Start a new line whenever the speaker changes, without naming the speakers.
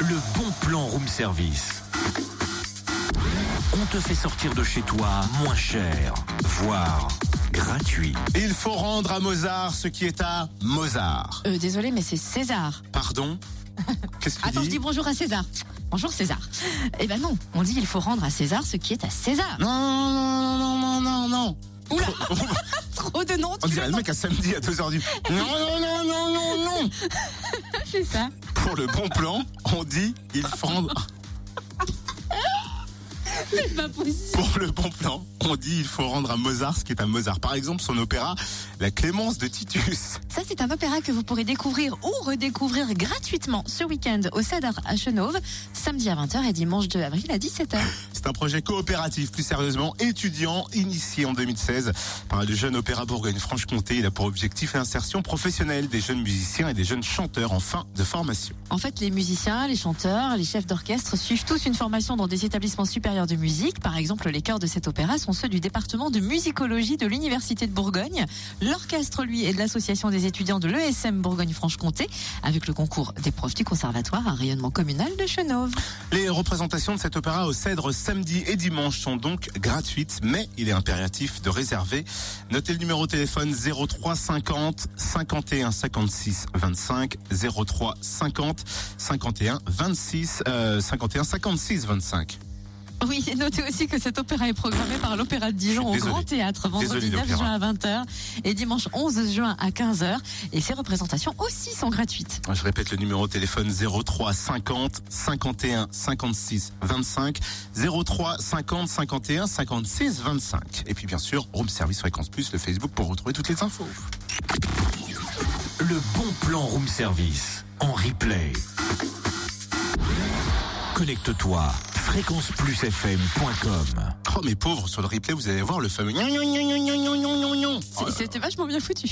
le bon plan room service. On te fait sortir de chez toi moins cher, voire gratuit.
Il faut rendre à Mozart ce qui est à Mozart.
Euh, désolé, mais c'est César.
Pardon Qu'est-ce qu'il
Attends, je dis
dit
bonjour à César. Bonjour César. Eh ben non, on dit il faut rendre à César ce qui est à César.
Non, non, non, non, non, non, non.
Oula Trop Oh, de noms,
On
tu
dirait le
l'entends,
mec à samedi à 2h du... Non, non, non, non, non, non
c'est ça.
Pour le bon plan, on dit il faut rendre...
C'est pas possible.
Pour le bon plan, on dit il faut rendre à Mozart ce qui est à Mozart. Par exemple, son opéra La Clémence de Titus.
Ça, c'est un opéra que vous pourrez découvrir ou redécouvrir gratuitement ce week-end au Cédar à Chenauve, samedi à 20h et dimanche 2 avril à 17h.
C'est un projet coopératif, plus sérieusement étudiant, initié en 2016 par le jeune opéra Bourgogne-Franche-Comté. Il a pour objectif l'insertion professionnelle des jeunes musiciens et des jeunes chanteurs en fin de formation.
En fait, les musiciens, les chanteurs, les chefs d'orchestre suivent tous une formation dans des établissements supérieurs de musique. Par exemple, les chœurs de cet opéra sont ceux du département de musicologie de l'Université de Bourgogne. L'orchestre, lui, est de l'Association des étudiants de l'ESM Bourgogne-Franche-Comté, avec le concours des profs du Conservatoire à rayonnement communal de Chenauve.
Les représentations de cet opéra au Cèdre samedi et dimanche sont donc gratuites, mais il est impératif de réserver. Notez le numéro de téléphone 03 50 51 56 25 03 50 51 26 euh, 51 56 25.
Oui, et notez aussi que cet opéra est programmé par l'Opéra de Dijon au
Désolé.
Grand Théâtre, vendredi
Désolé,
9
l'opéra.
juin à 20h et dimanche 11 juin à 15h. Et ces représentations aussi sont gratuites.
Je répète le numéro de téléphone 03 50 51 56 25 03 50 51 56 25 et puis bien sûr Room Service Fréquence Plus le Facebook pour retrouver toutes les infos.
Le bon plan room service en replay. Connecte-toi fréquenceplusfm.com.
Oh, mes pauvres, sur le replay, vous allez voir le fameux. gnon, gnon, gnon, gnon, gnon, gnon, gnon, gnon.
C'est- C'était vachement bien foutu.